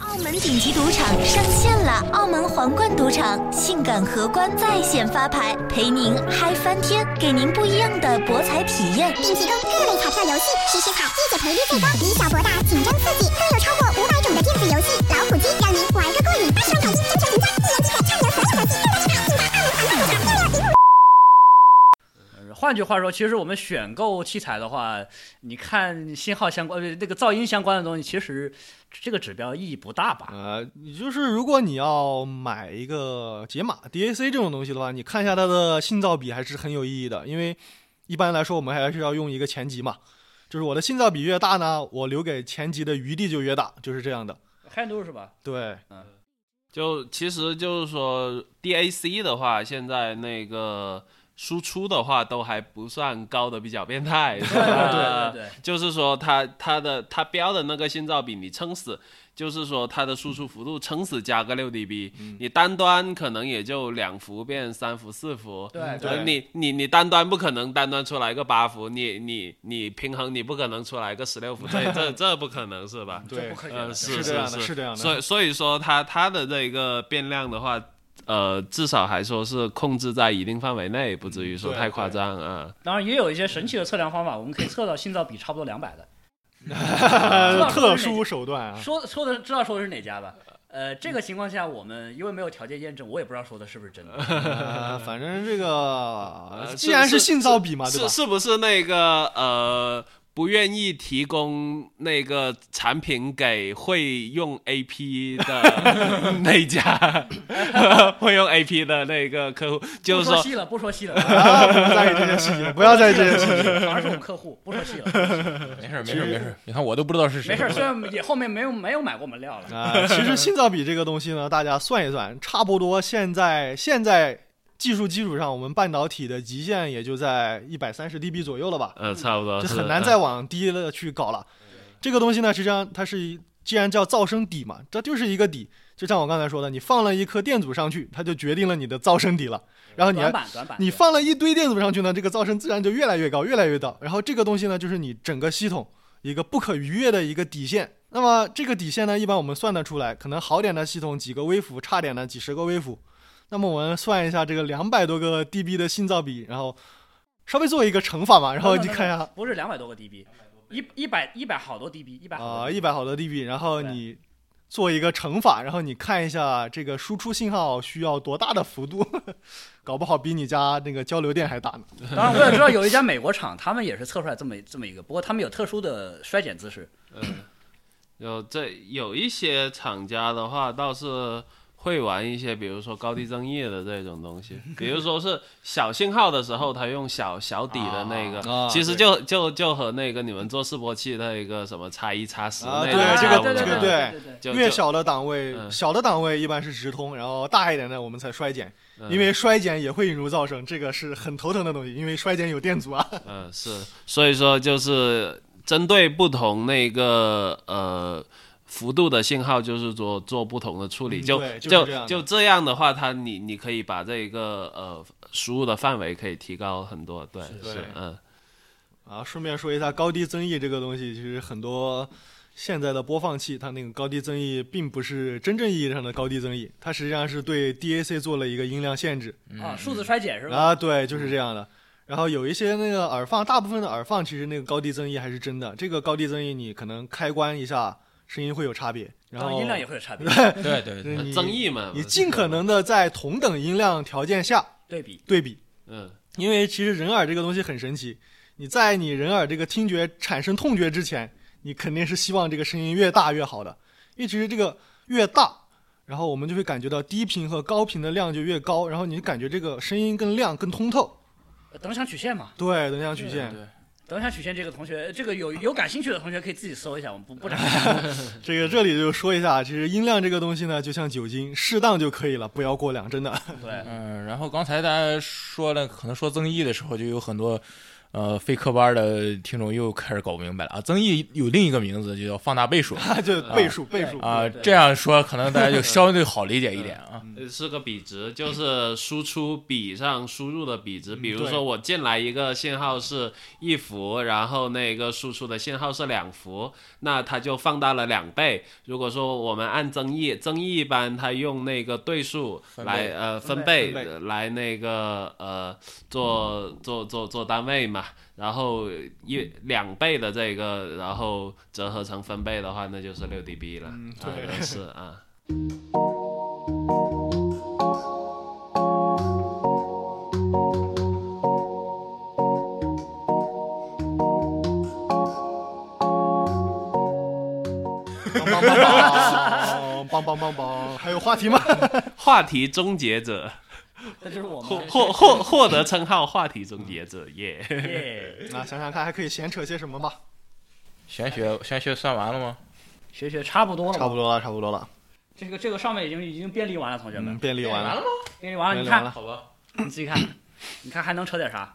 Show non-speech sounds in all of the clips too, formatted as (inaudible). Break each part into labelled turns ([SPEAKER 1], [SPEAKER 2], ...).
[SPEAKER 1] 澳门顶级赌场上线了！澳门皇冠赌场性感荷官在线发牌，陪您嗨翻天，给您不一样的博彩体验。
[SPEAKER 2] 并提供各类彩票游戏，实时彩，一解赔率最高，以小博大，紧张刺激，更有超过五百种的电子游戏，老虎机让您玩个过瘾。八十万奖金真诚评价，一言即可畅游所有游戏，更玩场，尽达澳门皇冠赌场，又要赢。
[SPEAKER 3] 换句话说，其实我们选购器材的话，你看信号相关、呃那个噪音相关的东西，其实这个指标意义不大吧？
[SPEAKER 4] 呃，就是如果你要买一个解码 DAC 这种东西的话，你看一下它的信噪比还是很有意义的，因为一般来说我们还是要用一个前级嘛，就是我的信噪比越大呢，我留给前级的余地就越大，就是这样的。
[SPEAKER 3] 嗨度是吧？
[SPEAKER 4] 对，
[SPEAKER 5] 就其实就是说 DAC 的话，现在那个输出的话都还不算高的比较变态，对
[SPEAKER 3] (laughs) 对对对
[SPEAKER 5] 就是说它它的它标的那个信噪比你撑死，就是说它的输出幅度撑死加个六 dB，、你单端可能也就两伏变三伏四伏，
[SPEAKER 3] 对
[SPEAKER 5] 呃
[SPEAKER 4] 对
[SPEAKER 5] 你你你单端不可能单端出来个八伏，你你你平衡你不可能出来个十六伏，这这这不可能是吧？
[SPEAKER 4] 对，呃
[SPEAKER 5] 嗯，
[SPEAKER 4] 是
[SPEAKER 5] 是
[SPEAKER 4] 这样的，
[SPEAKER 5] 是
[SPEAKER 4] 是这样的。
[SPEAKER 5] 所以所以说它它的这个变量的话，呃，至少还说是控制在一定范围内，不至于说
[SPEAKER 4] 对
[SPEAKER 5] 太夸张啊。
[SPEAKER 3] 当然也有一些神奇的测量方法，我们可以测到信噪比差不多两百的。
[SPEAKER 4] 呃
[SPEAKER 3] 道说
[SPEAKER 4] 特
[SPEAKER 3] 的是哪
[SPEAKER 4] 殊手段
[SPEAKER 3] (laughs)
[SPEAKER 4] 啊，
[SPEAKER 3] 说说的知道说的是哪家吧？呃，这个情况下，我们因为没有条件验证，我也不知道说的是不是真的。
[SPEAKER 4] (laughs) 呃反正这个
[SPEAKER 5] 呃
[SPEAKER 4] 既然
[SPEAKER 5] 是
[SPEAKER 4] 信噪比嘛，对吧
[SPEAKER 5] 是？是不是那个呃？不愿意提供那个产品给会用 AP 的那家，会用 AP 的那个客户，就
[SPEAKER 3] 不
[SPEAKER 5] 是
[SPEAKER 3] 说
[SPEAKER 5] 说
[SPEAKER 3] 细了，不说细了，
[SPEAKER 4] 啊，不要在意这些细节，不要 (laughs) 在意这
[SPEAKER 3] (laughs)
[SPEAKER 4] 些细节。
[SPEAKER 3] 反而是我们客户，不说细
[SPEAKER 4] (laughs)
[SPEAKER 3] 了。
[SPEAKER 6] 没事儿没事儿没事儿，你看我都不知道是谁。
[SPEAKER 3] 没事儿，虽然也后面没有没有买过我们
[SPEAKER 4] (laughs)
[SPEAKER 3] 料了。
[SPEAKER 4] 啊、其实信噪比这个东西呢，大家算一算，差不多现在现在技术基础上，我们半导体的极限也就在一百三十 dB 左右了吧，
[SPEAKER 5] 呃，差不多
[SPEAKER 4] 这
[SPEAKER 5] 是，
[SPEAKER 4] 很难再往低了去搞了。这个东西呢，实际上它是一既然叫噪声底嘛，这就是一个底。就像我刚才说的，你放了一颗电阻上去，它就决定了你的噪声底了。然后你还
[SPEAKER 3] 短板短板，
[SPEAKER 4] 你放了一堆电阻上去呢，这个噪声自然就越来越高，越来越高。然后这个东西呢，就是你整个系统一个不可逾越的一个底线。那么这个底线呢，一般我们算得出来，可能好点的系统几个微伏，差点的几十个微伏。那么我们算一下这个两百多个 dB 的信噪比，然后稍微做一个乘法嘛，然后你啊
[SPEAKER 3] (laughs)
[SPEAKER 4] 看一下
[SPEAKER 3] 不是两百多个 dB，一一百一百好多 dB，一百好
[SPEAKER 4] 啊，
[SPEAKER 3] 多
[SPEAKER 4] 一
[SPEAKER 3] dB
[SPEAKER 4] 百好的 dB，然后
[SPEAKER 3] 对
[SPEAKER 4] 你做一个乘法，然后你看一下这个输出信号需要多大的幅度， (laughs) 搞不好比你家那个交流电还大呢。
[SPEAKER 3] 当然，我也知道有一家美国厂，他们也是测出来这么这么一个，不过他们有特殊的衰减姿势。
[SPEAKER 5] 有这有一些厂家的话，倒是会玩一些，比如说高低增益的这种
[SPEAKER 4] (laughs)
[SPEAKER 5] 东西，比如说是小信号的时候，它用小小底的那个，
[SPEAKER 4] (laughs) 啊
[SPEAKER 5] 其实就就就和那个你们做示波器那个什么叉一叉十
[SPEAKER 4] 啊
[SPEAKER 5] 那
[SPEAKER 4] 对
[SPEAKER 5] 个
[SPEAKER 4] 这个
[SPEAKER 5] 差不
[SPEAKER 3] 对
[SPEAKER 5] 多
[SPEAKER 4] 这个
[SPEAKER 3] 对
[SPEAKER 4] 对
[SPEAKER 3] 对对，
[SPEAKER 5] 就
[SPEAKER 4] 越
[SPEAKER 5] 就
[SPEAKER 4] 小的档位，
[SPEAKER 5] 嗯
[SPEAKER 4] 小的档位一般是直通，然后大一点的我们才衰减，
[SPEAKER 5] 嗯
[SPEAKER 4] 因为衰减也会引入噪声，这个是很头疼的东西，因为衰减有电
[SPEAKER 3] (laughs)
[SPEAKER 4] 阻啊。
[SPEAKER 5] 嗯，是，所以说就是针对不同那个呃幅度的信号，就是说做不同的处理，
[SPEAKER 4] 嗯
[SPEAKER 5] 就
[SPEAKER 4] 对就是
[SPEAKER 5] 就
[SPEAKER 4] 这样的
[SPEAKER 5] 就这样的话，它你你可以把这个呃输入的范围可以提高很多，对，
[SPEAKER 4] 是
[SPEAKER 5] 是嗯。
[SPEAKER 4] 啊，顺便说一下高低增益这个东西，其实很多现在的播放器它那个高低增益并不是真正意义上的高低增益，它实际上是对 DAC 做了一个音量限制
[SPEAKER 3] 啊，数字衰减是吧？
[SPEAKER 4] 啊，对，就是这样的。然后有一些那个耳放，大部分的耳放其实那个高低增益还是真的，这个高低增益你可能开关一下声音会有差别，然
[SPEAKER 3] 当
[SPEAKER 4] 后
[SPEAKER 3] 然音量也会有差别，
[SPEAKER 4] (laughs)
[SPEAKER 6] 对对对，
[SPEAKER 4] 就是你
[SPEAKER 5] 争议嘛，
[SPEAKER 4] 你尽可能的在同等音量条件下
[SPEAKER 3] 对比
[SPEAKER 4] 对比，
[SPEAKER 5] 嗯，
[SPEAKER 4] 因为其实人耳这个东西很神奇，你在你人耳这个听觉产生痛觉之前，你肯定是希望这个声音越大越好的，因为其实这个越大，然后我们就会感觉到低频和高频的量就越高，然后你感觉这个声音更亮、更通透。
[SPEAKER 3] 呃等响曲线嘛。
[SPEAKER 4] 对，能量曲线，
[SPEAKER 3] 等响曲线这个同学，这个有有感兴趣的同学可以自己搜一下，我们不不展
[SPEAKER 4] (laughs) 这个这里就说一下，其实音量这个东西呢，就像酒精，适当就可以了，不要过量，真的。 (laughs)
[SPEAKER 3] 对，
[SPEAKER 6] 嗯，然后刚才大家说了，可能说增益的时候，就有很多呃非科班的听众又开始搞不明白了啊。增益有另一个名字，就叫放大 (laughs) 倍数
[SPEAKER 4] 啊，就倍数倍数
[SPEAKER 6] 啊，
[SPEAKER 5] 对
[SPEAKER 6] 这样说可能大 (laughs) 家就相对好理解一点
[SPEAKER 4] 嗯
[SPEAKER 6] 啊。
[SPEAKER 5] 呃是个比值，就是输出比上输入的比值。比如
[SPEAKER 4] 嗯对
[SPEAKER 5] 说我进来一个信号是一伏，然后那个输出的信号是两伏，那它就放大了两倍。如果说我们按增益，增益一般它用那个对数
[SPEAKER 6] 分倍
[SPEAKER 5] 来呃分
[SPEAKER 4] 倍
[SPEAKER 5] 贝
[SPEAKER 4] 分贝
[SPEAKER 5] 呃来那个呃做做做做单位嘛。然后一两倍的这个，然后折合成分贝的话，那就是六 dB 了。嗯，
[SPEAKER 4] 对 (laughs)
[SPEAKER 5] 是啊。
[SPEAKER 4] 棒棒棒棒棒！还有话题吗？
[SPEAKER 5] 话题终结者，
[SPEAKER 3] 那就是我
[SPEAKER 5] 获
[SPEAKER 3] 们
[SPEAKER 5] 获获获得称号“话题终结者”耶、 (laughs)
[SPEAKER 3] 耶，
[SPEAKER 4] (laughs) 那想想看，还可以闲扯些什么吧？
[SPEAKER 6] 玄学玄学算完了吗？
[SPEAKER 3] 学学差不多了
[SPEAKER 4] 差
[SPEAKER 3] 吧？
[SPEAKER 4] 不多了，差不多了。
[SPEAKER 3] 这个这个上面已经已经便利完了，同学
[SPEAKER 4] 嗯，
[SPEAKER 3] 们，
[SPEAKER 4] 便利完了，
[SPEAKER 3] 便利完了，你
[SPEAKER 4] 便利完
[SPEAKER 3] 看
[SPEAKER 4] 了。
[SPEAKER 6] 好吧，
[SPEAKER 3] 你自己看，你看还能扯点啥？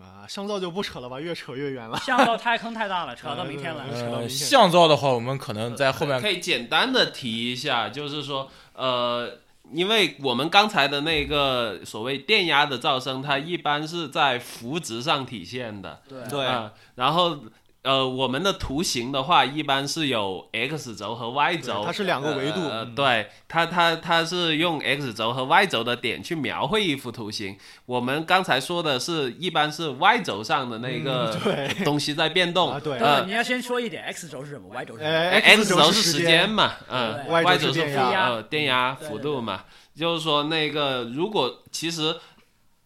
[SPEAKER 4] 啊，香皂就不扯了吧，越扯越远了。
[SPEAKER 3] 巷道太坑太
[SPEAKER 4] (laughs)
[SPEAKER 3] 大了，
[SPEAKER 4] 呃
[SPEAKER 3] 扯到明天来。
[SPEAKER 4] 扯到明
[SPEAKER 6] 呃，
[SPEAKER 4] 天
[SPEAKER 6] 像造的话，我们可能在后面
[SPEAKER 5] 可以简单的提一下，就是说，呃，因为我们刚才的那个所谓电压的噪声，它一般是在幅值上体现的，
[SPEAKER 3] 对
[SPEAKER 5] 啊然后。呃，我们的图形的话，一般是有 x 轴和 y 轴，
[SPEAKER 4] 它是两个维度
[SPEAKER 5] 呃
[SPEAKER 4] 嗯
[SPEAKER 5] 对，它它它是用 x 轴和 y 轴的点去描绘一幅图形。我们刚才说的是一般是 y 轴上的那个
[SPEAKER 4] 嗯对
[SPEAKER 5] 东西在变动，
[SPEAKER 4] 啊对
[SPEAKER 3] 等等，
[SPEAKER 5] 呃
[SPEAKER 3] 你要先说一点，x 轴是什么，y 轴是什么？
[SPEAKER 4] 哎
[SPEAKER 5] x
[SPEAKER 4] 轴
[SPEAKER 5] 轴是
[SPEAKER 4] 时
[SPEAKER 5] 时间，嘛，嗯
[SPEAKER 3] 对
[SPEAKER 5] ，y
[SPEAKER 4] 轴是
[SPEAKER 5] 轴是
[SPEAKER 4] 电
[SPEAKER 5] 电
[SPEAKER 4] 压嗯
[SPEAKER 5] 呃电压幅度嘛，就是说那个如果其实。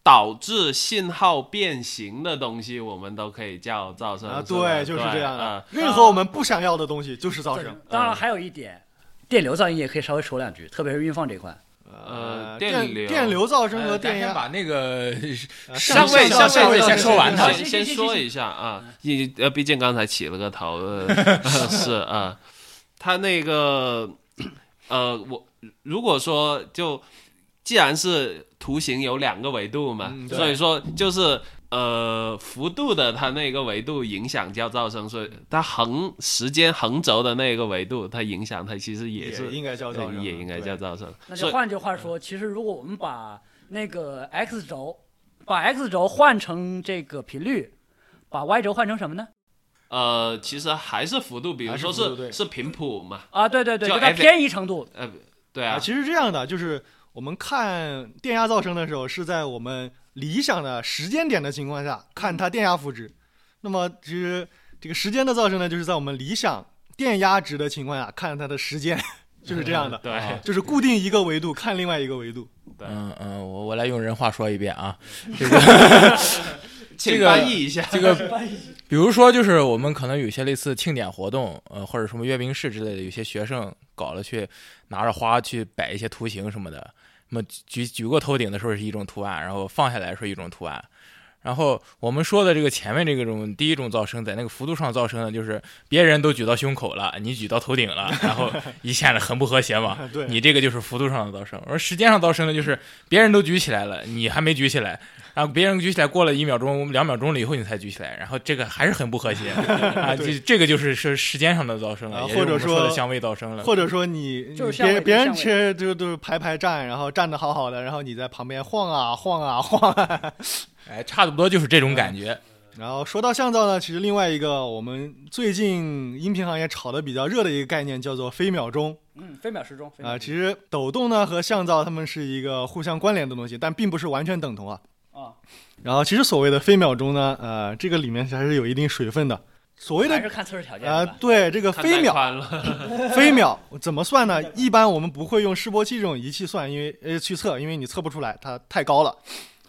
[SPEAKER 5] 导致信号变形的东西，我们都可以叫噪声
[SPEAKER 4] 啊，
[SPEAKER 5] 是吧
[SPEAKER 4] 对，就是这样的
[SPEAKER 5] 啊。
[SPEAKER 4] 任何我们不想要的东西就是嗯噪声。
[SPEAKER 3] 当然还有一点，电流噪音也可以稍微说两句，特别是运放这块。
[SPEAKER 5] 呃
[SPEAKER 4] 电
[SPEAKER 5] 电流
[SPEAKER 4] 电流噪声和
[SPEAKER 6] 呃
[SPEAKER 4] 电
[SPEAKER 6] 咱先
[SPEAKER 4] 压
[SPEAKER 6] 把那个
[SPEAKER 4] 上
[SPEAKER 6] 位
[SPEAKER 4] 上
[SPEAKER 6] 上
[SPEAKER 4] 位嗯
[SPEAKER 6] 位先说完它
[SPEAKER 5] 先先说一下啊，你呃，毕竟刚才起了个头，
[SPEAKER 4] (laughs)
[SPEAKER 5] 呃是啊，他那个呃，我如果说就既然是图形有两个维度嘛，
[SPEAKER 4] 嗯对
[SPEAKER 5] 所以说就是。呃，幅度的它那个维度影响叫噪声，所以它横时间横轴的那个维度，它影响它其实
[SPEAKER 4] 也
[SPEAKER 5] 是呃
[SPEAKER 4] 应该叫噪声，
[SPEAKER 5] 也应该叫
[SPEAKER 4] 对。
[SPEAKER 5] 噪声。
[SPEAKER 3] 那
[SPEAKER 5] 所
[SPEAKER 3] 就
[SPEAKER 5] 以
[SPEAKER 3] 换句话说，其实如果我们把那个 x 轴，把 x 轴换成这个频率，把 y 轴换成什么呢？
[SPEAKER 5] 呃，其实还是幅度，比如
[SPEAKER 4] 还是
[SPEAKER 5] 说
[SPEAKER 4] 幅度对
[SPEAKER 5] 是是频谱嘛，
[SPEAKER 3] 啊，对对对，
[SPEAKER 5] 叫
[SPEAKER 3] 就它
[SPEAKER 5] F-
[SPEAKER 3] 偏移程度。
[SPEAKER 5] 呃，对
[SPEAKER 4] 啊，
[SPEAKER 5] 啊，
[SPEAKER 4] 其实这样的就是我们看电压噪声的时候，是在我们理想的时间点的情况下看它电压幅值。那么其实这个时间的噪声呢，就是在我们理想电压值的情况下看它的时间， (laughs) 就是这样的。
[SPEAKER 5] 对。
[SPEAKER 4] 就是固定一个维度看另外一个维度。
[SPEAKER 6] (laughs) 嗯嗯，我我来用人话说一遍啊，
[SPEAKER 5] 请
[SPEAKER 6] 这个
[SPEAKER 5] 翻译一下。
[SPEAKER 6] 这个比如说就是我们可能有些类似庆典活动，呃，或者什么阅兵式之类的，有些学生搞了去拿着花去摆一些图形什么的，那么举举过头顶的时候是一种图案，然后放下来说一种图案。然后我们说的这个前面这个种第一种噪声，在那个幅度上噪声呢，就是别人都举到胸口了，你举到头顶了，然后一下子很不和谐嘛。
[SPEAKER 4] 啊对
[SPEAKER 6] 你这个就是幅度上的噪声。而时间上噪声呢，就是别人都举起来了，你还没举起来，然后别人举起来过了一秒钟、两秒钟了以后你才举起来，然后这个还是很不
[SPEAKER 4] (laughs)
[SPEAKER 6] 和谐啊。
[SPEAKER 4] 对
[SPEAKER 6] 这这个就是是时间上的噪声
[SPEAKER 4] 啊
[SPEAKER 6] 了，也就是
[SPEAKER 4] 或者
[SPEAKER 6] 我们说
[SPEAKER 4] 说
[SPEAKER 6] 的相位噪声了。
[SPEAKER 4] 或者说你
[SPEAKER 3] 就是
[SPEAKER 4] 你
[SPEAKER 3] 像
[SPEAKER 4] 别
[SPEAKER 3] 我
[SPEAKER 4] 别人
[SPEAKER 3] 像我
[SPEAKER 4] 其实就就是排排站，然后站的好好的，然后你在旁边晃啊晃啊晃啊。
[SPEAKER 6] 哎，差不多就是这种
[SPEAKER 4] 嗯
[SPEAKER 6] 感觉。
[SPEAKER 4] 然后说到降噪呢，其实另外一个我们最近音频行业炒得比较热的一个概念叫做飞秒钟
[SPEAKER 3] 嗯，分秒时钟。分
[SPEAKER 4] 啊、
[SPEAKER 3] 秒时
[SPEAKER 4] 其实抖动呢和降噪它们是一个互相关联的东西，但并不是完全等同啊。
[SPEAKER 3] 钟啊，
[SPEAKER 4] 然后其实所谓的飞秒钟呢，呃，这个里面还是有一定水分的。所谓的
[SPEAKER 3] 还是看测试条件
[SPEAKER 4] 啊、
[SPEAKER 3] 吧。
[SPEAKER 4] 对这个
[SPEAKER 5] 看
[SPEAKER 4] 飞
[SPEAKER 5] 带
[SPEAKER 4] 秒
[SPEAKER 5] 宽了，
[SPEAKER 4] 飞秒怎么算呢？一般我们不会用示波器这种仪器算，因为呃去测，因为你测不出来，它太高了。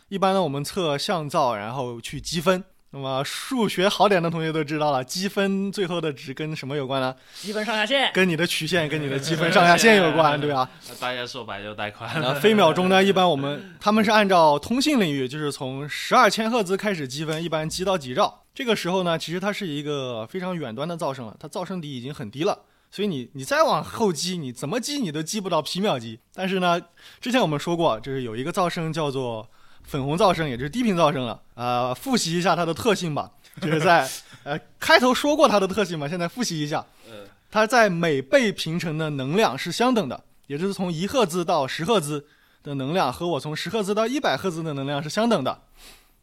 [SPEAKER 4] 一般呢，我们测像噪，然后去积分。那么数学好点的同学都知道了，积分最后的值跟什么有关呢？
[SPEAKER 3] 积分上下限。
[SPEAKER 4] 跟你的曲线、跟你的积分上下限有关，对吧？
[SPEAKER 5] 大家说白就带宽了。
[SPEAKER 4] 那飞秒钟呢，一般我们他们是按照通信领域，就是从十二千赫兹开始积分，一般积到几兆。这个时候呢，其实它是一个非常远端的噪声了，它噪声底已经很低了。所以你你再往后积，你怎么积你都积不到皮秒级。但是呢，之前我们说过，就是有一个噪声叫做粉红噪声，也就是低频噪声了。呃，复习一下它的特性吧，就是在呃开头说过它的特性嘛，现在复习一下。
[SPEAKER 5] 嗯
[SPEAKER 4] 它在每倍频程的能量是相等的，也就是从一赫兹到十赫兹的能量和我从十赫兹到一百赫兹的能量是相等的。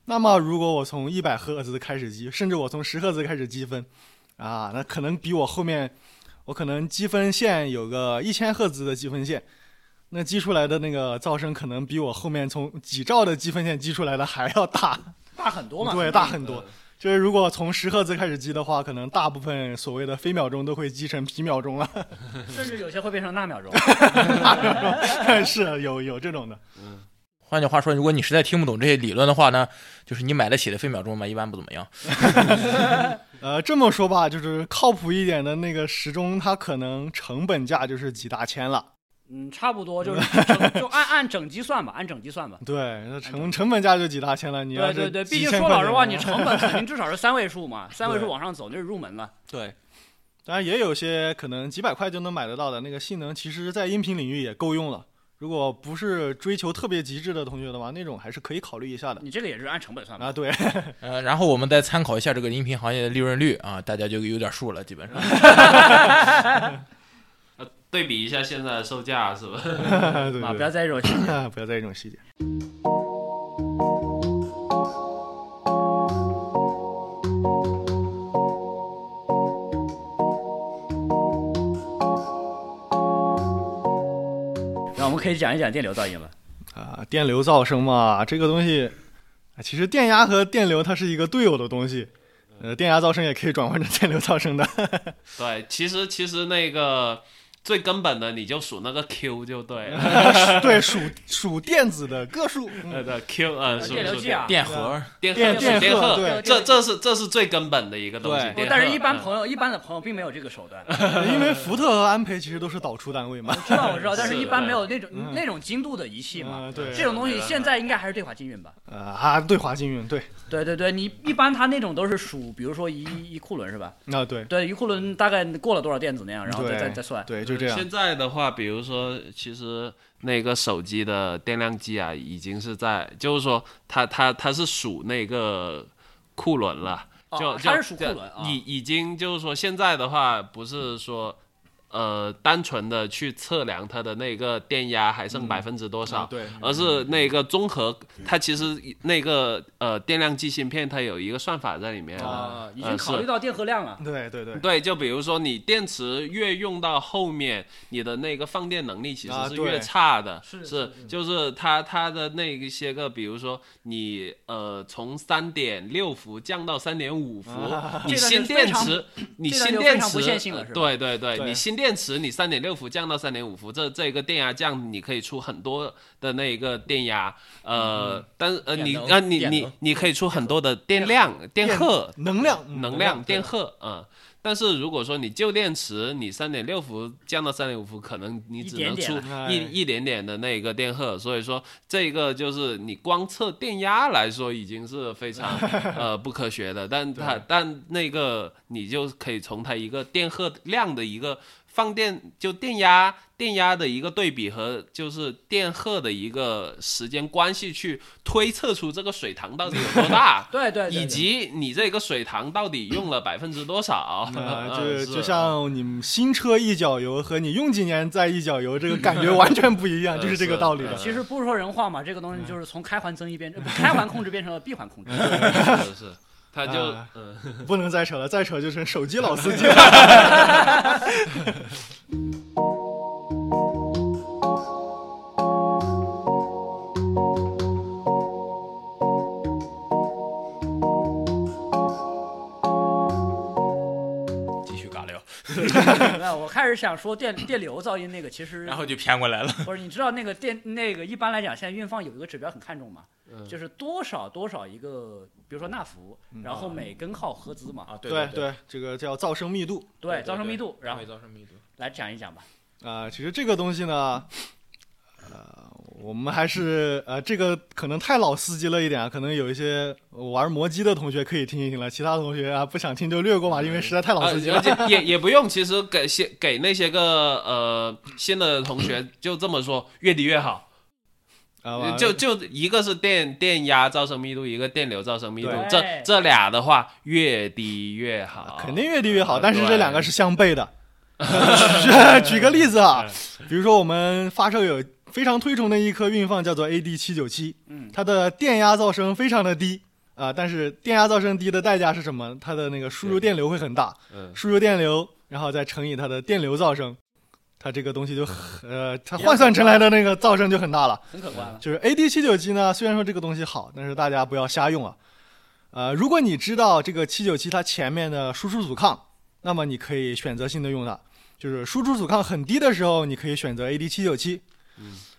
[SPEAKER 4] 那么如果我从一百赫兹开始积，甚至我从十赫兹开始积分，啊，那可能比我后面我可能积分线有个一千赫兹的积分线，那积出来的那个噪声可能比我后面从几兆的积分线积出来的还要大，
[SPEAKER 3] 大很多嘛，嗯
[SPEAKER 4] 对，大很多。就是如果从十赫兹开始积的话，可能大部分所谓的飞秒钟都会积成皮秒钟
[SPEAKER 3] (laughs)
[SPEAKER 4] 了。 (laughs)
[SPEAKER 3] 甚至有些会变成纳秒钟。
[SPEAKER 4] 是有有这种的，
[SPEAKER 6] 换句话说，如果你实在听不懂这些理论的话呢，就是你买得起的分秒钟嘛，一般不怎么样。
[SPEAKER 4] 呃，这么说吧，就是靠谱一点的那个时钟，它可能成本价就是几大千了。
[SPEAKER 3] 嗯，差不多就是整
[SPEAKER 4] (laughs)
[SPEAKER 3] 就按按整机算吧，按整机算吧。
[SPEAKER 4] 对，那成成本价就几大千了。你要
[SPEAKER 3] 哎对
[SPEAKER 4] 是
[SPEAKER 3] 对对，毕
[SPEAKER 4] 几
[SPEAKER 3] 竟
[SPEAKER 4] 千
[SPEAKER 3] 说
[SPEAKER 4] 块
[SPEAKER 3] 老实
[SPEAKER 4] 钱
[SPEAKER 3] 话，
[SPEAKER 4] 的
[SPEAKER 3] 你
[SPEAKER 4] 话 (laughs)
[SPEAKER 3] 成本肯定至少是三位数嘛，三位数
[SPEAKER 4] 对
[SPEAKER 3] 往上走那是入门了。
[SPEAKER 5] 对，
[SPEAKER 4] 当然也有些可能几百块就能买得到的那个性能，其实在音频领域也够用了。如果不是追求特别极致的同学的话，那种还是可以考虑一下的。
[SPEAKER 3] 你这个也是按成本算吧？
[SPEAKER 4] 啊，
[SPEAKER 3] (laughs)
[SPEAKER 4] 对，
[SPEAKER 6] 呃，然后我们再参考一下这个音频行业的利润率啊，大家就有点数了，基
[SPEAKER 4] (laughs)
[SPEAKER 6] 本上。
[SPEAKER 5] 呃对比一下现在的售价是吧？
[SPEAKER 4] 对对
[SPEAKER 3] 啊，不
[SPEAKER 4] 对
[SPEAKER 3] 要在意这种细节。
[SPEAKER 4] 啊 (laughs) 不要在意这种细节。
[SPEAKER 3] 那我们可以讲一讲电流噪音了。
[SPEAKER 4] 啊，电流噪声嘛，这个东西，啊其实电压和电流它是一个队友的东西。呃，电压噪声也可以转换成电流噪声的。
[SPEAKER 5] (laughs) 对，其实其实那个最根本的，你就数那个 Q 就对了。 (laughs)
[SPEAKER 4] (laughs) 对，数数电子的个数，
[SPEAKER 5] 呃 (laughs)
[SPEAKER 4] 嗯
[SPEAKER 5] 对，Q 呃，是不
[SPEAKER 3] 电流
[SPEAKER 5] 是
[SPEAKER 3] 计啊
[SPEAKER 6] 电荷，
[SPEAKER 5] 电
[SPEAKER 4] 电
[SPEAKER 5] 电
[SPEAKER 4] 电荷
[SPEAKER 5] 荷，
[SPEAKER 4] 对
[SPEAKER 5] 这这是这是最根本的一个东西
[SPEAKER 4] 对。
[SPEAKER 5] 电荷
[SPEAKER 3] 但是，一般
[SPEAKER 5] 嗯
[SPEAKER 3] 朋友，一般的朋友并没有这个手段。
[SPEAKER 4] 因为福特和安培其实都是导出单位嘛。
[SPEAKER 3] 知道我知道，但是
[SPEAKER 5] 是
[SPEAKER 3] 一般
[SPEAKER 5] 对
[SPEAKER 3] 没有那种
[SPEAKER 4] 嗯
[SPEAKER 3] 那种精度的仪器嘛
[SPEAKER 4] 嗯。对
[SPEAKER 3] 这种东西
[SPEAKER 5] 对
[SPEAKER 3] 现在应该还是对话禁运吧？
[SPEAKER 4] 呃啊，对，华金运，对，
[SPEAKER 3] 对对对，你一般它那种都是数，比如说一一库仑是吧？
[SPEAKER 4] 啊对，
[SPEAKER 3] 对，一库仑大概过了多少电子那样，然后再再再算。
[SPEAKER 4] 对，就这样。
[SPEAKER 5] 现在的话，比如说，其实那个手机的电量计啊，已经是在，就是说它，它它是数那个库仑了，
[SPEAKER 3] 哦
[SPEAKER 5] 就
[SPEAKER 3] 它
[SPEAKER 5] 就是
[SPEAKER 3] 数库仑啊
[SPEAKER 5] 已已经就是说，现在的话不是说。呃，单纯的去测量它的那个电压还剩百分之多少，
[SPEAKER 4] 啊对
[SPEAKER 5] 而是那个综合，它其实那个呃电量计芯片它有一个算法在里面
[SPEAKER 4] 哦
[SPEAKER 3] 啊，已
[SPEAKER 5] 呃
[SPEAKER 3] 经考
[SPEAKER 5] 是
[SPEAKER 3] 虑到电荷量了。
[SPEAKER 4] 对对对，
[SPEAKER 5] 对，就比如说你电池越用到后面，你的那个放电能力其实
[SPEAKER 4] 啊
[SPEAKER 5] 是
[SPEAKER 4] 对
[SPEAKER 5] 越差的，
[SPEAKER 3] 是
[SPEAKER 5] 是就是它它的那一些个，比如说你呃从三点六伏降到三点五伏，你
[SPEAKER 3] 这段
[SPEAKER 5] 新
[SPEAKER 3] 就
[SPEAKER 5] 电
[SPEAKER 3] 非常
[SPEAKER 5] 池，你
[SPEAKER 3] 这段
[SPEAKER 5] 新
[SPEAKER 3] 就非
[SPEAKER 5] 电
[SPEAKER 3] 常不
[SPEAKER 5] 池
[SPEAKER 3] 线性了是吧
[SPEAKER 5] 对对对，
[SPEAKER 4] 对
[SPEAKER 5] 你新电池你三点六伏降到三点五伏，这这个电压降你可以出很多的那个电压，呃，但是呃
[SPEAKER 6] 电
[SPEAKER 5] 你
[SPEAKER 6] 能
[SPEAKER 5] 啊你
[SPEAKER 6] 电
[SPEAKER 5] 你
[SPEAKER 6] 能
[SPEAKER 5] 你可以出很多的电量电荷
[SPEAKER 4] 能量，嗯
[SPEAKER 5] 能量电，
[SPEAKER 4] 对
[SPEAKER 5] 荷啊、嗯但是如果说你旧电池，你三点六伏降到三点五伏，可能你只能
[SPEAKER 3] 一点
[SPEAKER 5] 出
[SPEAKER 3] 点。
[SPEAKER 4] 啊
[SPEAKER 5] 一
[SPEAKER 4] 哎
[SPEAKER 5] 一点点的那个电荷，所以说这个就是你光测电压来说已经是非 (laughs) 常呃不科学的，但它但那个你就可以从它一个电荷量的一个放电就电压电压的一个对比和就是电荷的一个时间关系去推测出这个水塘到底有多大 (laughs)
[SPEAKER 3] 对对，对
[SPEAKER 5] 以及你这个水塘到底用了百分之多少？
[SPEAKER 4] 啊，
[SPEAKER 5] (laughs) 嗯
[SPEAKER 4] 就是就像你们新车一脚油和你用几年再一脚油，这个感觉完全不一样，
[SPEAKER 5] 嗯
[SPEAKER 4] 就是这个道理
[SPEAKER 5] 是
[SPEAKER 4] 的。
[SPEAKER 3] 其实不是说人话嘛，这个东西就是从开环增益变，呃不开环控制变成了闭环控制。
[SPEAKER 5] 是是是，他就
[SPEAKER 4] 啊
[SPEAKER 5] 嗯，
[SPEAKER 4] 不能再扯了，再扯就成手机老司机了。
[SPEAKER 6] 继续尬聊，
[SPEAKER 3] 没有，我开始想说电电流噪音那个，其实
[SPEAKER 6] 然后就偏过来了。
[SPEAKER 3] 不是，你知道那个电那个一般来讲，现在运放有一个指标很看重嘛，就是多少多少一个，比如说纳伏，然后每根号赫兹嘛，
[SPEAKER 6] 啊，对
[SPEAKER 4] 对，对，这个叫噪声密度
[SPEAKER 3] 对，噪声密度，然后
[SPEAKER 6] 噪声密度。
[SPEAKER 3] 来讲一讲吧。
[SPEAKER 4] 啊、其实这个东西呢，呃，我们还是呃，这个可能太老司机了一点啊，可能有一些玩魔机的同学可以听一听了，其他同学啊不想听就略过吧，因为实在太老
[SPEAKER 5] 呃
[SPEAKER 4] 司机
[SPEAKER 5] 而
[SPEAKER 4] 了。
[SPEAKER 5] 且也也不用，其实给些给那些个呃新的同学就这么说，越低越好。
[SPEAKER 4] 啊、啊完了
[SPEAKER 5] 就就一个是电电压噪声密度，一个电流噪声密度
[SPEAKER 3] 对，
[SPEAKER 5] 这这俩的话越低越好，
[SPEAKER 4] 肯定越低越好，
[SPEAKER 5] 呃
[SPEAKER 4] 但是这
[SPEAKER 5] 对
[SPEAKER 4] 两个是相悖的。举举个例子啊，比如说我们发射友非常推崇的一颗运放叫做 AD 七九七，
[SPEAKER 3] 嗯
[SPEAKER 4] 它的电压噪声非常的低啊、但是电压噪声低的代价是什么？它的那个输入电流会很大，
[SPEAKER 5] 嗯
[SPEAKER 4] 输入电流，然后再乘以它的电流噪声，它这个东西就很呃，它换算成来的那个噪声就很大了。
[SPEAKER 3] 很可观
[SPEAKER 4] (laughs)
[SPEAKER 3] 了。
[SPEAKER 4] 就是 AD 七九七呢，虽然说这个东西好，但是大家不要瞎用啊。呃，如果你知道这个七九七它前面的输出阻抗，那么你可以选择性的用它。就是输出阻抗很低的时候，你可以选择 AD 七九七；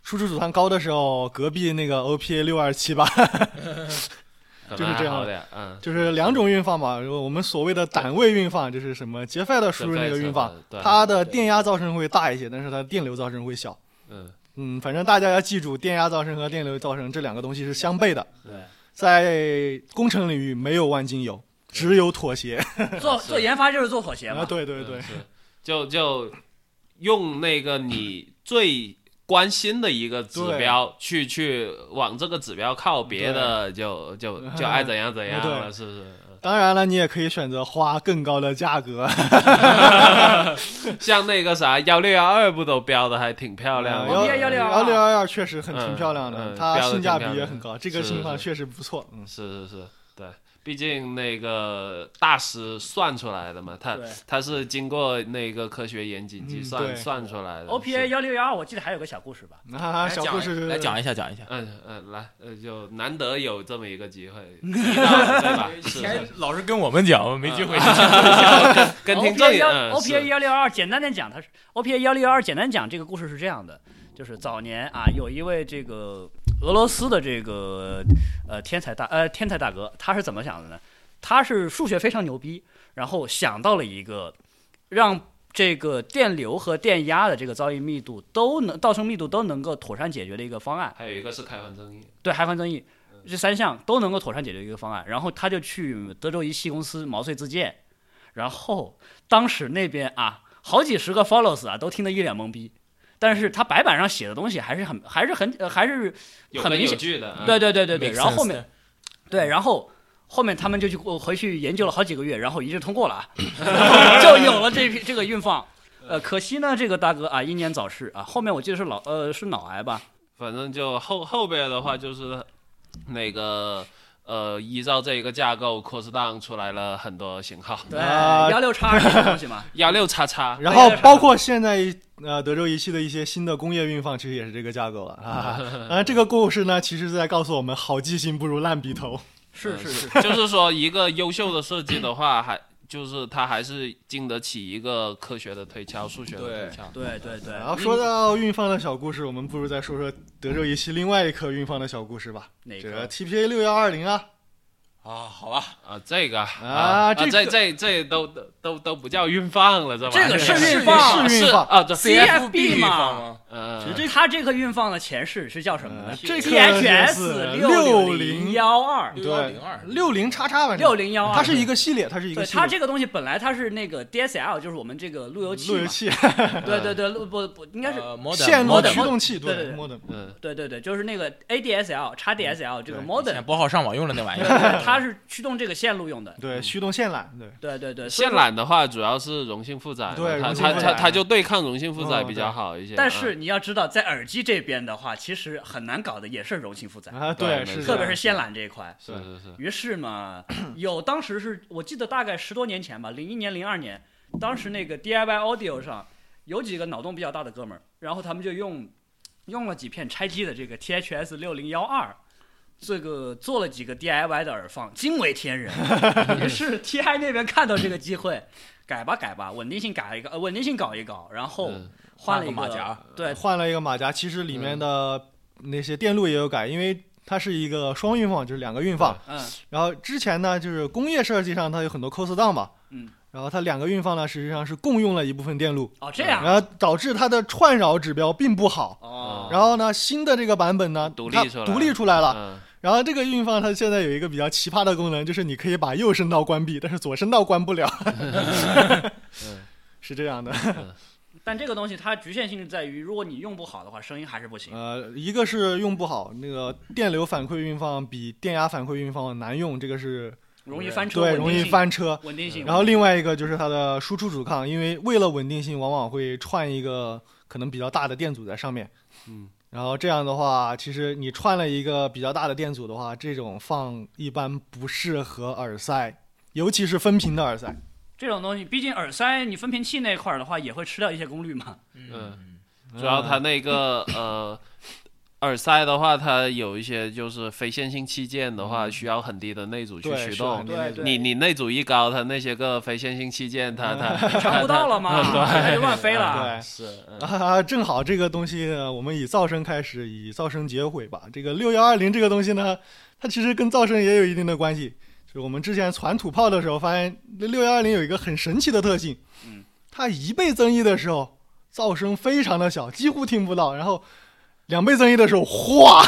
[SPEAKER 4] 输出阻抗高的时候，隔壁那个 OPA 六二七八， (laughs)
[SPEAKER 5] 可能
[SPEAKER 4] 就是这样
[SPEAKER 5] 还好点，嗯，
[SPEAKER 4] 就是两种运放嘛。我们所谓的单位运放，就是什么杰 f 的输入那个运放，
[SPEAKER 5] 对，
[SPEAKER 4] 它的电压噪声会大一些，但是它的电流噪声会小。
[SPEAKER 5] 嗯
[SPEAKER 4] 嗯，反正大家要记住，电压噪声和电流噪声这两个东西是相悖的。
[SPEAKER 3] 对，
[SPEAKER 4] 在工程领域没有万金油，只有妥协。
[SPEAKER 3] 做做研发就是做妥协嘛
[SPEAKER 4] 啊，。对对
[SPEAKER 5] 嗯
[SPEAKER 4] 对，
[SPEAKER 5] 是就就用那个你最关心的一个指标去去往这个指标靠，别的就就
[SPEAKER 4] (laughs)
[SPEAKER 5] 就爱怎样怎样了，是不是？
[SPEAKER 4] 当然了，你也可以选择花更高的价格，
[SPEAKER 5] 像那个啥幺六幺二不都标的还挺漂亮啊
[SPEAKER 3] 我
[SPEAKER 5] 吗？
[SPEAKER 3] 们也162
[SPEAKER 4] 嗯幺六幺二确实很挺漂亮的，
[SPEAKER 5] 嗯嗯
[SPEAKER 4] 它
[SPEAKER 5] 标得
[SPEAKER 4] 性价
[SPEAKER 5] 挺
[SPEAKER 4] 比
[SPEAKER 5] 漂
[SPEAKER 4] 也
[SPEAKER 5] 亮
[SPEAKER 4] 很高，这个
[SPEAKER 5] 是
[SPEAKER 4] 情况
[SPEAKER 5] 是
[SPEAKER 4] 确实不错。嗯，
[SPEAKER 5] 是是是，对，毕竟那个大师算出来的嘛，他
[SPEAKER 3] 对
[SPEAKER 5] 他是经过那个科学严谨计算、
[SPEAKER 4] 嗯对
[SPEAKER 5] 算出来的。
[SPEAKER 3] OPA
[SPEAKER 5] 是
[SPEAKER 3] 幺六幺二，我记得还有个小故事吧？
[SPEAKER 4] 那、啊、
[SPEAKER 6] 来
[SPEAKER 4] 小
[SPEAKER 6] 讲
[SPEAKER 4] 故
[SPEAKER 6] 一
[SPEAKER 4] 事
[SPEAKER 6] 来讲一下，讲一下。
[SPEAKER 5] 嗯嗯，来，呃，就难得有这么一个机
[SPEAKER 4] (laughs)
[SPEAKER 5] 会，提到了对吧？是是
[SPEAKER 6] 老是跟我们讲，我没机会。
[SPEAKER 5] 跟听众
[SPEAKER 3] OPA
[SPEAKER 5] 也
[SPEAKER 3] 幺
[SPEAKER 5] 嗯
[SPEAKER 3] OPA
[SPEAKER 5] 是
[SPEAKER 3] 幺六二，简单的讲，它是 OPA 幺六二，简单讲这个故事是这样的，就是早年啊，有一位这个俄罗斯的这个呃天才大呃天才大哥，他是怎么想的呢？他是数学非常牛逼，然后想到了一个让这个电流和电压的这个噪音密度都能噪声密度都能够妥善解决的一个方案。
[SPEAKER 5] 还有一个是开放争议，
[SPEAKER 3] 对海防争议这三项都能够妥善解决一个方案。然后他就去德州仪器公司毛遂自荐，然后当时那边啊，好几十个 follows 啊，都听得一脸懵逼。但是他白板上写的东西还是很还是很呃还是
[SPEAKER 5] 有
[SPEAKER 3] 很
[SPEAKER 5] 根
[SPEAKER 3] 明
[SPEAKER 5] 有
[SPEAKER 3] 显，
[SPEAKER 5] 据的。嗯
[SPEAKER 3] 对对对对对。
[SPEAKER 6] Make
[SPEAKER 3] 然后后
[SPEAKER 6] sense
[SPEAKER 3] 面对，然后后面他们就去过回去研究了好几个月，然后一致通过了，啊，
[SPEAKER 6] (laughs)
[SPEAKER 3] 然后就有了这批这个运放。呃，可惜呢，这个大哥啊，英年早逝啊。后面我记得是脑呃是脑癌吧？
[SPEAKER 5] 反正就后后边的话就是那个呃，依照这一个架构，cross down 出来了很多型号，
[SPEAKER 3] 对，
[SPEAKER 4] 啊
[SPEAKER 3] 呃幺六叉这个东西
[SPEAKER 5] (laughs)
[SPEAKER 3] 嘛。
[SPEAKER 5] 幺六叉叉，
[SPEAKER 4] 然
[SPEAKER 3] 哎
[SPEAKER 4] 后包括现在呃德州仪器的一些新的工业运放，其实也是这个架构了啊。
[SPEAKER 3] (laughs)
[SPEAKER 4] 当然，这个故事呢，其实是在告诉我们，好记性不如烂笔头。
[SPEAKER 3] 是是是，
[SPEAKER 5] 就是说一个优秀的设计的话，还就是它还是经得起一个科学的推敲、数学的推敲。
[SPEAKER 3] 对对对，
[SPEAKER 4] 然后说到运放的小故事，我们不如再说说德州仪器另外一颗运放的小故事吧，
[SPEAKER 3] 哪
[SPEAKER 4] 这个
[SPEAKER 3] 个？
[SPEAKER 4] TPA 六幺二零啊。
[SPEAKER 6] 啊，好吧，
[SPEAKER 5] 啊，这个啊，
[SPEAKER 4] 啊这
[SPEAKER 5] 这
[SPEAKER 4] 个
[SPEAKER 5] 这这都都都都不叫运放了，这玩意儿
[SPEAKER 3] 这个是
[SPEAKER 5] 是
[SPEAKER 3] 运放
[SPEAKER 4] 是运放
[SPEAKER 5] 啊，这
[SPEAKER 3] CFB 嘛
[SPEAKER 6] 嘛，
[SPEAKER 5] 呃
[SPEAKER 3] 这它这颗运放的前世是叫什么呢
[SPEAKER 4] 呃这颗是
[SPEAKER 3] THS 六
[SPEAKER 4] 60
[SPEAKER 3] 幺二
[SPEAKER 4] 对
[SPEAKER 6] 6102，
[SPEAKER 4] 六零叉叉反正
[SPEAKER 3] 六零幺二，
[SPEAKER 4] 它是一个系列，它是一个
[SPEAKER 3] 对
[SPEAKER 4] 系列。
[SPEAKER 3] 它这个东西本来它是那个 DSL，就是我们这个路由器
[SPEAKER 4] 路由
[SPEAKER 3] 嘛，
[SPEAKER 4] 器、啊
[SPEAKER 3] 对对对，路不不应该是。
[SPEAKER 6] 呃 modem
[SPEAKER 4] 线路
[SPEAKER 3] modem，
[SPEAKER 4] 驱动器，
[SPEAKER 3] 对对对
[SPEAKER 4] m o d e
[SPEAKER 5] 嗯，
[SPEAKER 3] 对对对，就是那个 ADSL、x DSL 这个
[SPEAKER 4] 嗯对
[SPEAKER 6] 以前
[SPEAKER 3] modem，
[SPEAKER 6] 拨号上网用的那玩意
[SPEAKER 3] 对
[SPEAKER 6] 儿。
[SPEAKER 4] (laughs)
[SPEAKER 3] 对它是驱动这个线路用的。
[SPEAKER 4] 对驱动线缆，对
[SPEAKER 3] 对对对，所以
[SPEAKER 5] 线缆的话主要是容性负载嘛，
[SPEAKER 4] 对
[SPEAKER 5] 它
[SPEAKER 4] 容性
[SPEAKER 5] 它
[SPEAKER 4] 负
[SPEAKER 5] 它
[SPEAKER 4] 载
[SPEAKER 5] 它就对抗容性负载
[SPEAKER 4] 嗯
[SPEAKER 5] 比
[SPEAKER 4] 对
[SPEAKER 5] 较好一些。
[SPEAKER 3] 但
[SPEAKER 5] 嗯
[SPEAKER 3] 是你要知道，在耳机这边的话，其实很难搞的，也是容器负载，
[SPEAKER 4] 啊，
[SPEAKER 5] 对
[SPEAKER 4] 是
[SPEAKER 5] 没
[SPEAKER 4] 的，
[SPEAKER 5] 错
[SPEAKER 3] 特别是线缆这一块。
[SPEAKER 5] 是是是，
[SPEAKER 3] 于是嘛，有当时是我记得大概十多年前吧，零一年、零二年，当时那个 DIY Audio 上有几个脑洞比较大的哥们儿，然后他们就用用了几片拆机的这个 THS 六零幺二，这个做了几个 DIY 的耳放，惊为天人。也是 TI 那边看到这个机会，改吧改吧，稳定性改一个，呃，稳定性搞一搞，然后啊
[SPEAKER 5] 嗯
[SPEAKER 3] 换了
[SPEAKER 6] 换
[SPEAKER 3] 一
[SPEAKER 6] 个马甲，
[SPEAKER 3] 对
[SPEAKER 4] 换了一个马甲，其实里面的那些电路也有改，因为它是一个双运放，就是两个运放。
[SPEAKER 3] 嗯，
[SPEAKER 4] 然后之前呢，就是工业设计上它有很多 cos down 嘛，
[SPEAKER 3] 嗯，
[SPEAKER 4] 然后它两个运放呢，实际上是共用了一部分电路，
[SPEAKER 3] 哦，这样，
[SPEAKER 4] 然后导致它的串扰指标并不好。
[SPEAKER 3] 哦，
[SPEAKER 4] 然后呢，新的这个版本呢，
[SPEAKER 5] 独立
[SPEAKER 4] 它
[SPEAKER 5] 出来
[SPEAKER 4] 独立出来了，
[SPEAKER 5] 嗯，
[SPEAKER 4] 然后这个运放它现在有一个比较奇葩的功能，就是你可以把右 (laughs)
[SPEAKER 5] 嗯
[SPEAKER 4] 声道关闭，但是左声道关不了。是这样的，
[SPEAKER 3] 但这个东西它局限性就在于，如果你用不好的话，声音还是不行。
[SPEAKER 4] 呃，一个是用不好，那个电流反馈运放比电压反馈运放难用，这个是
[SPEAKER 3] 容易翻车，
[SPEAKER 4] 对
[SPEAKER 3] 稳定
[SPEAKER 4] 容易
[SPEAKER 3] 性，
[SPEAKER 4] 翻车。
[SPEAKER 3] 稳定性。
[SPEAKER 4] 然后另外一个就是它的输出阻抗，因为为了稳定性，往往会串一个可能比较大的电阻在上面。
[SPEAKER 5] 嗯，
[SPEAKER 4] 然后这样的话，其实你串了一个比较大的电阻的话，这种放一般不适合耳塞，尤其是分频的耳塞。
[SPEAKER 3] 这种东西，毕竟耳塞你分频器那块儿的话，也会吃掉一些功率 (laughs) 嘛。
[SPEAKER 5] 嗯，主要它那个呃。耳塞的话，它有一些就是非线性器件的话，需要很低的内阻
[SPEAKER 4] 嗯
[SPEAKER 5] 去
[SPEAKER 4] 对
[SPEAKER 5] 驱
[SPEAKER 4] 需要很
[SPEAKER 5] 动
[SPEAKER 4] 低。对
[SPEAKER 5] 你你内阻一高，它那些个非线性器件，它它
[SPEAKER 3] 尝不到了嘛，它就乱飞了。
[SPEAKER 4] 对。
[SPEAKER 5] 是嗯
[SPEAKER 4] 啊，正好这个东西呢，我们以噪声开始，以噪声结尾吧。这个六幺二零这个东西呢，它其实跟噪声也有一定的关系。就是我们之前传土炮的时候，发现那六幺二零有一个很神奇的特性，
[SPEAKER 3] 嗯，
[SPEAKER 4] 它一倍增益的时候，噪声非常的小，几乎听不到。然后两倍增益的时候，哗，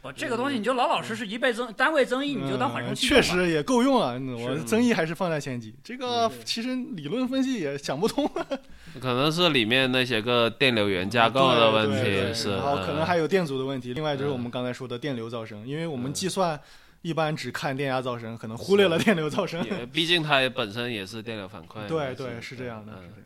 [SPEAKER 3] 我这个东西你就老老实实一倍增单位增益，你就当缓冲
[SPEAKER 4] 嗯
[SPEAKER 3] 器
[SPEAKER 4] 确
[SPEAKER 3] 用吧。嗯
[SPEAKER 4] 实也够用了。嗯我
[SPEAKER 5] 是
[SPEAKER 4] 增益还是放在前几，这个其实理论分析也想不通。
[SPEAKER 5] 可能是里面那些个电流源架构的
[SPEAKER 4] 哦
[SPEAKER 5] 问
[SPEAKER 4] 对对对
[SPEAKER 5] 题，是
[SPEAKER 4] 然后可能
[SPEAKER 5] 嗯
[SPEAKER 4] 还有电阻的问题，另外就是
[SPEAKER 5] 嗯
[SPEAKER 4] 我们刚才说的电流噪声，因为我们计算一般只看电压噪声，可能忽略了电流噪声。
[SPEAKER 5] 也毕竟它本身也是电流反馈。
[SPEAKER 4] 对对，是这样的，是
[SPEAKER 5] 嗯
[SPEAKER 4] 这样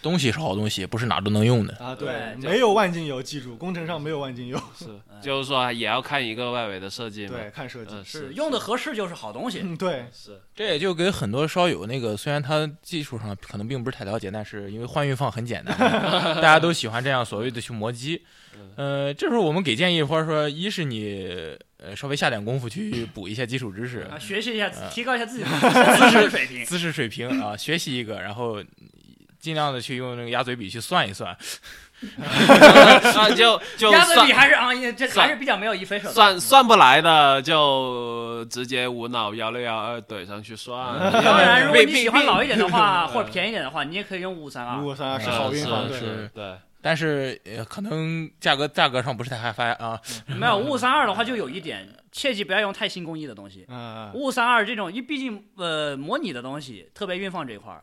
[SPEAKER 6] 东西是好东西，不是哪都能用的。
[SPEAKER 4] 的啊，
[SPEAKER 3] 对就
[SPEAKER 4] 没有万金油，记住，工程上没有万金油，
[SPEAKER 5] (laughs) 是，
[SPEAKER 3] 嗯
[SPEAKER 5] 就是说也要看一个外围的设计嘛。
[SPEAKER 4] 对，看设计，
[SPEAKER 5] 嗯，
[SPEAKER 3] 是
[SPEAKER 5] 是
[SPEAKER 3] 用的合适就是好东西。
[SPEAKER 4] 嗯，对，
[SPEAKER 5] 是
[SPEAKER 6] 这也就给很多烧友那个，虽然他技术上可能并不是太了解，但是因为换运放很简单， (laughs) 大家都喜欢这样所谓的去磨机。呃，这时候我们给建议，或者说，一是你呃稍微下点功夫去补一下基础知识，
[SPEAKER 3] 啊，学习一下，提高一下自己 (laughs) 的知识水平。
[SPEAKER 6] 姿势水平啊，学习一个，然后尽量的去用那个鸭嘴笔去算一算，
[SPEAKER 5] (laughs)
[SPEAKER 3] (laughs)
[SPEAKER 5] 那就就
[SPEAKER 3] 鸭子
[SPEAKER 5] 算
[SPEAKER 3] 比还是啊，也这
[SPEAKER 5] 算
[SPEAKER 3] 还是比较没有一飞手的。
[SPEAKER 5] (laughs) 算算不来的，就直接无脑幺六幺二怼上去算。
[SPEAKER 3] 嗯当然，如果
[SPEAKER 5] 毕
[SPEAKER 3] 你喜欢老一点的 (laughs) 话，
[SPEAKER 5] 毕
[SPEAKER 3] 或者便宜一点的话，你也可以用五三
[SPEAKER 4] 五
[SPEAKER 3] 二。
[SPEAKER 4] 五三二是
[SPEAKER 5] 嗯
[SPEAKER 4] 好运
[SPEAKER 5] 是
[SPEAKER 4] 放，对
[SPEAKER 5] 是，对，
[SPEAKER 3] 哦
[SPEAKER 6] 但是呃可能价格价格上不是太嗨翻啊。
[SPEAKER 3] 没有五五三二的话，就有一点，切记不要用太新工艺的东西。
[SPEAKER 4] 嗯，
[SPEAKER 3] 啊五五三二这种，因为毕竟呃模拟的东西，特别运放这一块儿，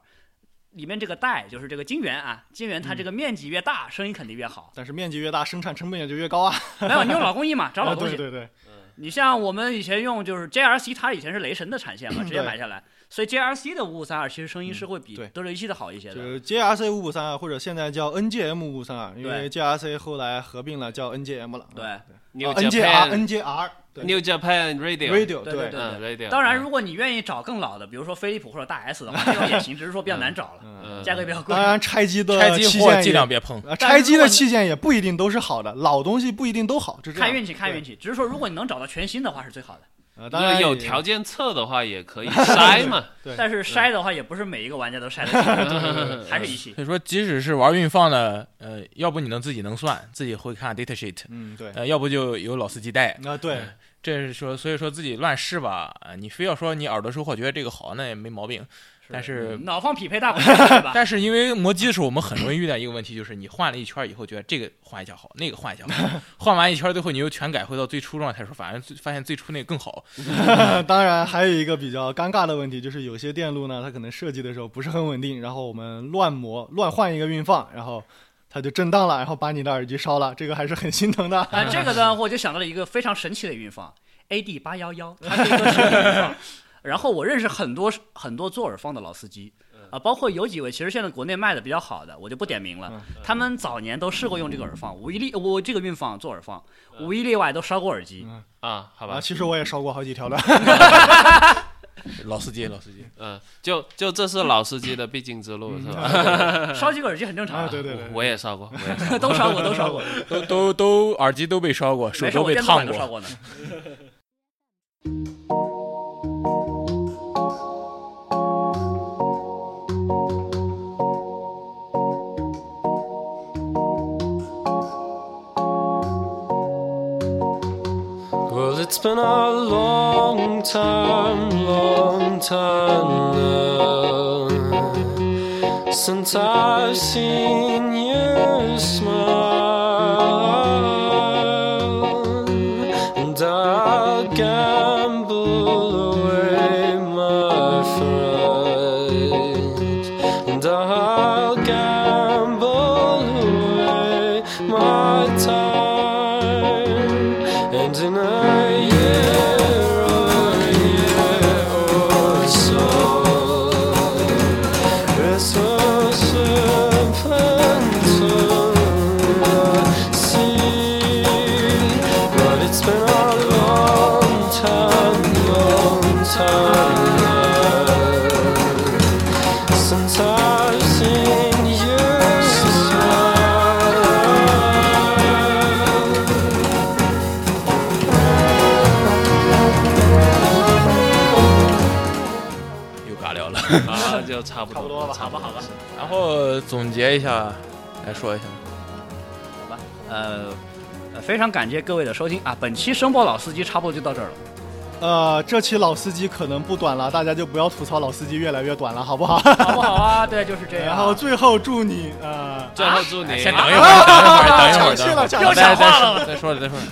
[SPEAKER 3] 里面这个带就是这个晶圆啊，晶圆它这个
[SPEAKER 4] 嗯
[SPEAKER 3] 面积越大，声音肯定越好。
[SPEAKER 4] 但是面积越大，生产成本也就越高啊，
[SPEAKER 3] 没有，你用老工艺嘛，找老
[SPEAKER 4] 啊，
[SPEAKER 3] 东
[SPEAKER 4] 对
[SPEAKER 3] 西。
[SPEAKER 4] 对对，
[SPEAKER 3] 你像我们以前用就是 JRC，它以前是雷神的产线
[SPEAKER 4] (clears throat)
[SPEAKER 3] 嘛，直接
[SPEAKER 4] 对嗯
[SPEAKER 3] 买下来，所以 JRC 的五五三二其实声音是会比
[SPEAKER 4] 对
[SPEAKER 3] 德雷西的好一些
[SPEAKER 4] 就
[SPEAKER 3] 的。
[SPEAKER 4] 是 JRC 五五三啊二或者现在叫 NGM 五五三二，因为
[SPEAKER 3] 对
[SPEAKER 4] JRC 后来合并了叫 NGM 了，
[SPEAKER 3] 对
[SPEAKER 4] 啊
[SPEAKER 5] New
[SPEAKER 3] 啊
[SPEAKER 5] Japan
[SPEAKER 4] ，NGR，NGR，对
[SPEAKER 5] New Japan Radio，
[SPEAKER 4] ，Radio，
[SPEAKER 3] 对对对
[SPEAKER 5] 嗯，Radio。
[SPEAKER 3] 当然，如果你愿意找更老的，比如说飞利浦或者大 S 的话，这种也行，只是说比较难找了，
[SPEAKER 4] 嗯，
[SPEAKER 5] 嗯
[SPEAKER 3] 价格也比较贵
[SPEAKER 4] (laughs) 当。然拆机的
[SPEAKER 6] 拆机
[SPEAKER 4] 器
[SPEAKER 6] 货
[SPEAKER 4] 件
[SPEAKER 6] 尽
[SPEAKER 4] 也
[SPEAKER 6] 量别碰，
[SPEAKER 4] 啊，
[SPEAKER 3] 但
[SPEAKER 4] 拆
[SPEAKER 3] 如
[SPEAKER 4] 机
[SPEAKER 3] 果
[SPEAKER 4] 的
[SPEAKER 3] 你
[SPEAKER 4] 器件也不一定都是好的，老东西不一定都好，就这样。
[SPEAKER 3] 看运气，看运气。只是说，如果你能找到全新的话，是最好的。
[SPEAKER 4] 呃，当
[SPEAKER 5] 因为
[SPEAKER 4] 然
[SPEAKER 5] 有
[SPEAKER 4] 也
[SPEAKER 5] 条件测的话，也可以
[SPEAKER 3] (laughs)
[SPEAKER 5] 筛嘛。
[SPEAKER 4] 对
[SPEAKER 3] 但是筛的话，也不是每一个玩家都
[SPEAKER 6] (laughs)
[SPEAKER 3] 筛得嗯起，还是一起。
[SPEAKER 6] 所以说即使是玩运放的，呃，要不你能自己能算，自己会看 data sheet，
[SPEAKER 4] 嗯，对，
[SPEAKER 6] 呃，要不就有老司机带。
[SPEAKER 4] 啊对， (laughs)
[SPEAKER 6] 这是说，所以说自己乱试吧，啊，你非要说你耳朵收获觉得这个好，那也没毛病。但是，
[SPEAKER 3] 嗯脑放匹配大不了，对
[SPEAKER 6] (laughs)
[SPEAKER 3] 吧？
[SPEAKER 6] 但是因为磨机的时候，我们很容易遇到一个问题，就是你换了一圈以后，觉得这个换一下好，那个换一下好， (laughs) 换完一圈最后你又全改回到最初状态，说反正最发现最初那个更好。
[SPEAKER 4] 当然还有一个比较尴尬的问题，就是有些电路呢，它可能设计的时候不是很稳定，然后我们乱磨乱换一个运放，然后它就震荡了，然后把你的耳机烧了，这个还是很心疼的。
[SPEAKER 3] 啊，这个呢，我就想到了一个非常神奇的运放，AD 八幺幺，它是一个神奇的运
[SPEAKER 6] (laughs)
[SPEAKER 3] 放。然后我认识很多很多做耳放的老司机，
[SPEAKER 6] 嗯
[SPEAKER 3] 啊，包括有几位其实现在国内卖的比较好的，我就不点名
[SPEAKER 6] 嗯
[SPEAKER 3] 了。他们早年都试过用这个耳放，无一例我这个运放做耳放，
[SPEAKER 6] 嗯
[SPEAKER 3] 无一例外都烧过耳机。
[SPEAKER 5] 啊，好吧
[SPEAKER 4] (laughs) 啊，。其实我也烧过好几条 (laughs) 的，
[SPEAKER 6] 老司机，老司机，
[SPEAKER 5] 嗯，就就这是老司机的必经之路，是吧？
[SPEAKER 3] 嗯
[SPEAKER 6] 嗯
[SPEAKER 3] 烧几个耳机很正常
[SPEAKER 4] 啊，
[SPEAKER 3] 啊，
[SPEAKER 4] 对对对，
[SPEAKER 5] (laughs) 我也烧过，我也
[SPEAKER 3] (laughs)
[SPEAKER 5] 烧
[SPEAKER 3] 都烧过，都烧
[SPEAKER 6] (laughs)
[SPEAKER 3] 过，
[SPEAKER 6] 都都都耳机都被烧过，手
[SPEAKER 3] 没事，
[SPEAKER 6] 都
[SPEAKER 3] 我
[SPEAKER 6] 被
[SPEAKER 3] 电动
[SPEAKER 6] 烫
[SPEAKER 3] 板都烧
[SPEAKER 6] 过。
[SPEAKER 3] 过呢。
[SPEAKER 7] Well, it's been a long time, long time now since I've seen you smile, and I'll gamble away my fright, and I I'll gamble away my time. And in a year or a year or so, it's been a long time, long time since I've seen you smile.
[SPEAKER 6] 又尬 (laughs) 聊了。
[SPEAKER 5] 啊，就差不多了，差不多吧，好吧，
[SPEAKER 6] 然后总结一下，来说一下，
[SPEAKER 3] 呃，呃非常感谢各位的收听啊！本期声波老司机差不多就到这
[SPEAKER 4] (laughs)
[SPEAKER 3] 儿了。
[SPEAKER 4] 呃，这期老司机可能不短了，大家就不要吐槽老司机越来越短了，好不好？
[SPEAKER 3] 好不好啊？对，就是这样。(laughs)
[SPEAKER 4] (laughs) 然后最后祝你呃，
[SPEAKER 5] 最后祝你
[SPEAKER 6] 先等一会儿，等一会儿，等一会
[SPEAKER 4] 抢
[SPEAKER 6] 儿，等
[SPEAKER 4] 戏
[SPEAKER 6] 一会
[SPEAKER 4] 了，
[SPEAKER 6] 儿。
[SPEAKER 4] 抢
[SPEAKER 3] 又
[SPEAKER 4] 戏
[SPEAKER 3] 抢
[SPEAKER 6] 再
[SPEAKER 4] 了。
[SPEAKER 3] 话
[SPEAKER 6] 再
[SPEAKER 3] 了
[SPEAKER 6] 说再说了，再说了，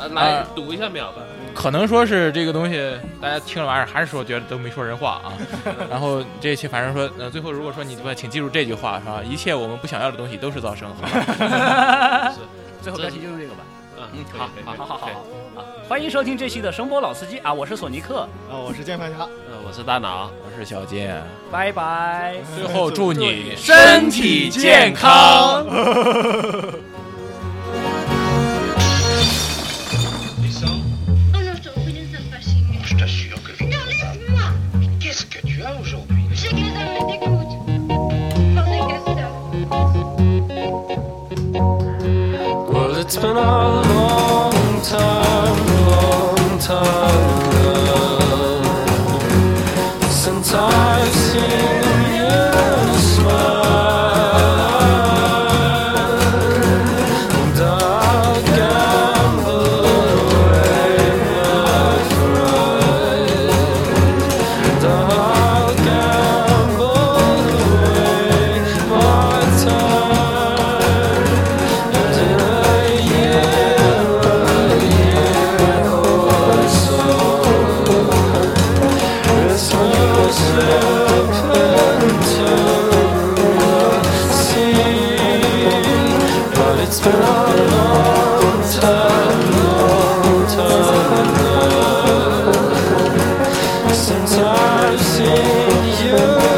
[SPEAKER 5] 呃来读一下秒吧。
[SPEAKER 6] 可能说是这个东西，大家听了玩意儿还是说觉得都没说人话啊。然后这一期反正说，呃，最后如果说你对吧，请记住这句话是吧？一切我们不想要的东西都是噪声，好吧？ (laughs)
[SPEAKER 3] 最后标题就用这个吧。
[SPEAKER 5] 嗯，
[SPEAKER 3] 好
[SPEAKER 5] 好，
[SPEAKER 3] 好好
[SPEAKER 5] 好，
[SPEAKER 3] 好
[SPEAKER 5] 好，好
[SPEAKER 3] 好。啊！欢迎收听这期的声波老司机啊！我是索尼克，
[SPEAKER 4] 啊，我是键盘侠，
[SPEAKER 5] 呃，我是大脑，
[SPEAKER 6] 我是小金，
[SPEAKER 3] 拜拜。
[SPEAKER 6] 最后祝你
[SPEAKER 5] 身体健康。
[SPEAKER 8] Oh non, je t'en prie, laisse la fâcher.
[SPEAKER 9] Je t'assure que je
[SPEAKER 8] Non, laisse-moi
[SPEAKER 9] Qu'est-ce que tu as aujourd'hui
[SPEAKER 8] J'ai que les hommes les écoutent. Pendant que ça.
[SPEAKER 7] Well, it's been a long time, long time now since I've seen you smile. And I'll gamble away my pride. And I'll gamble away my time. It's been a long time, long time now since I've seen you.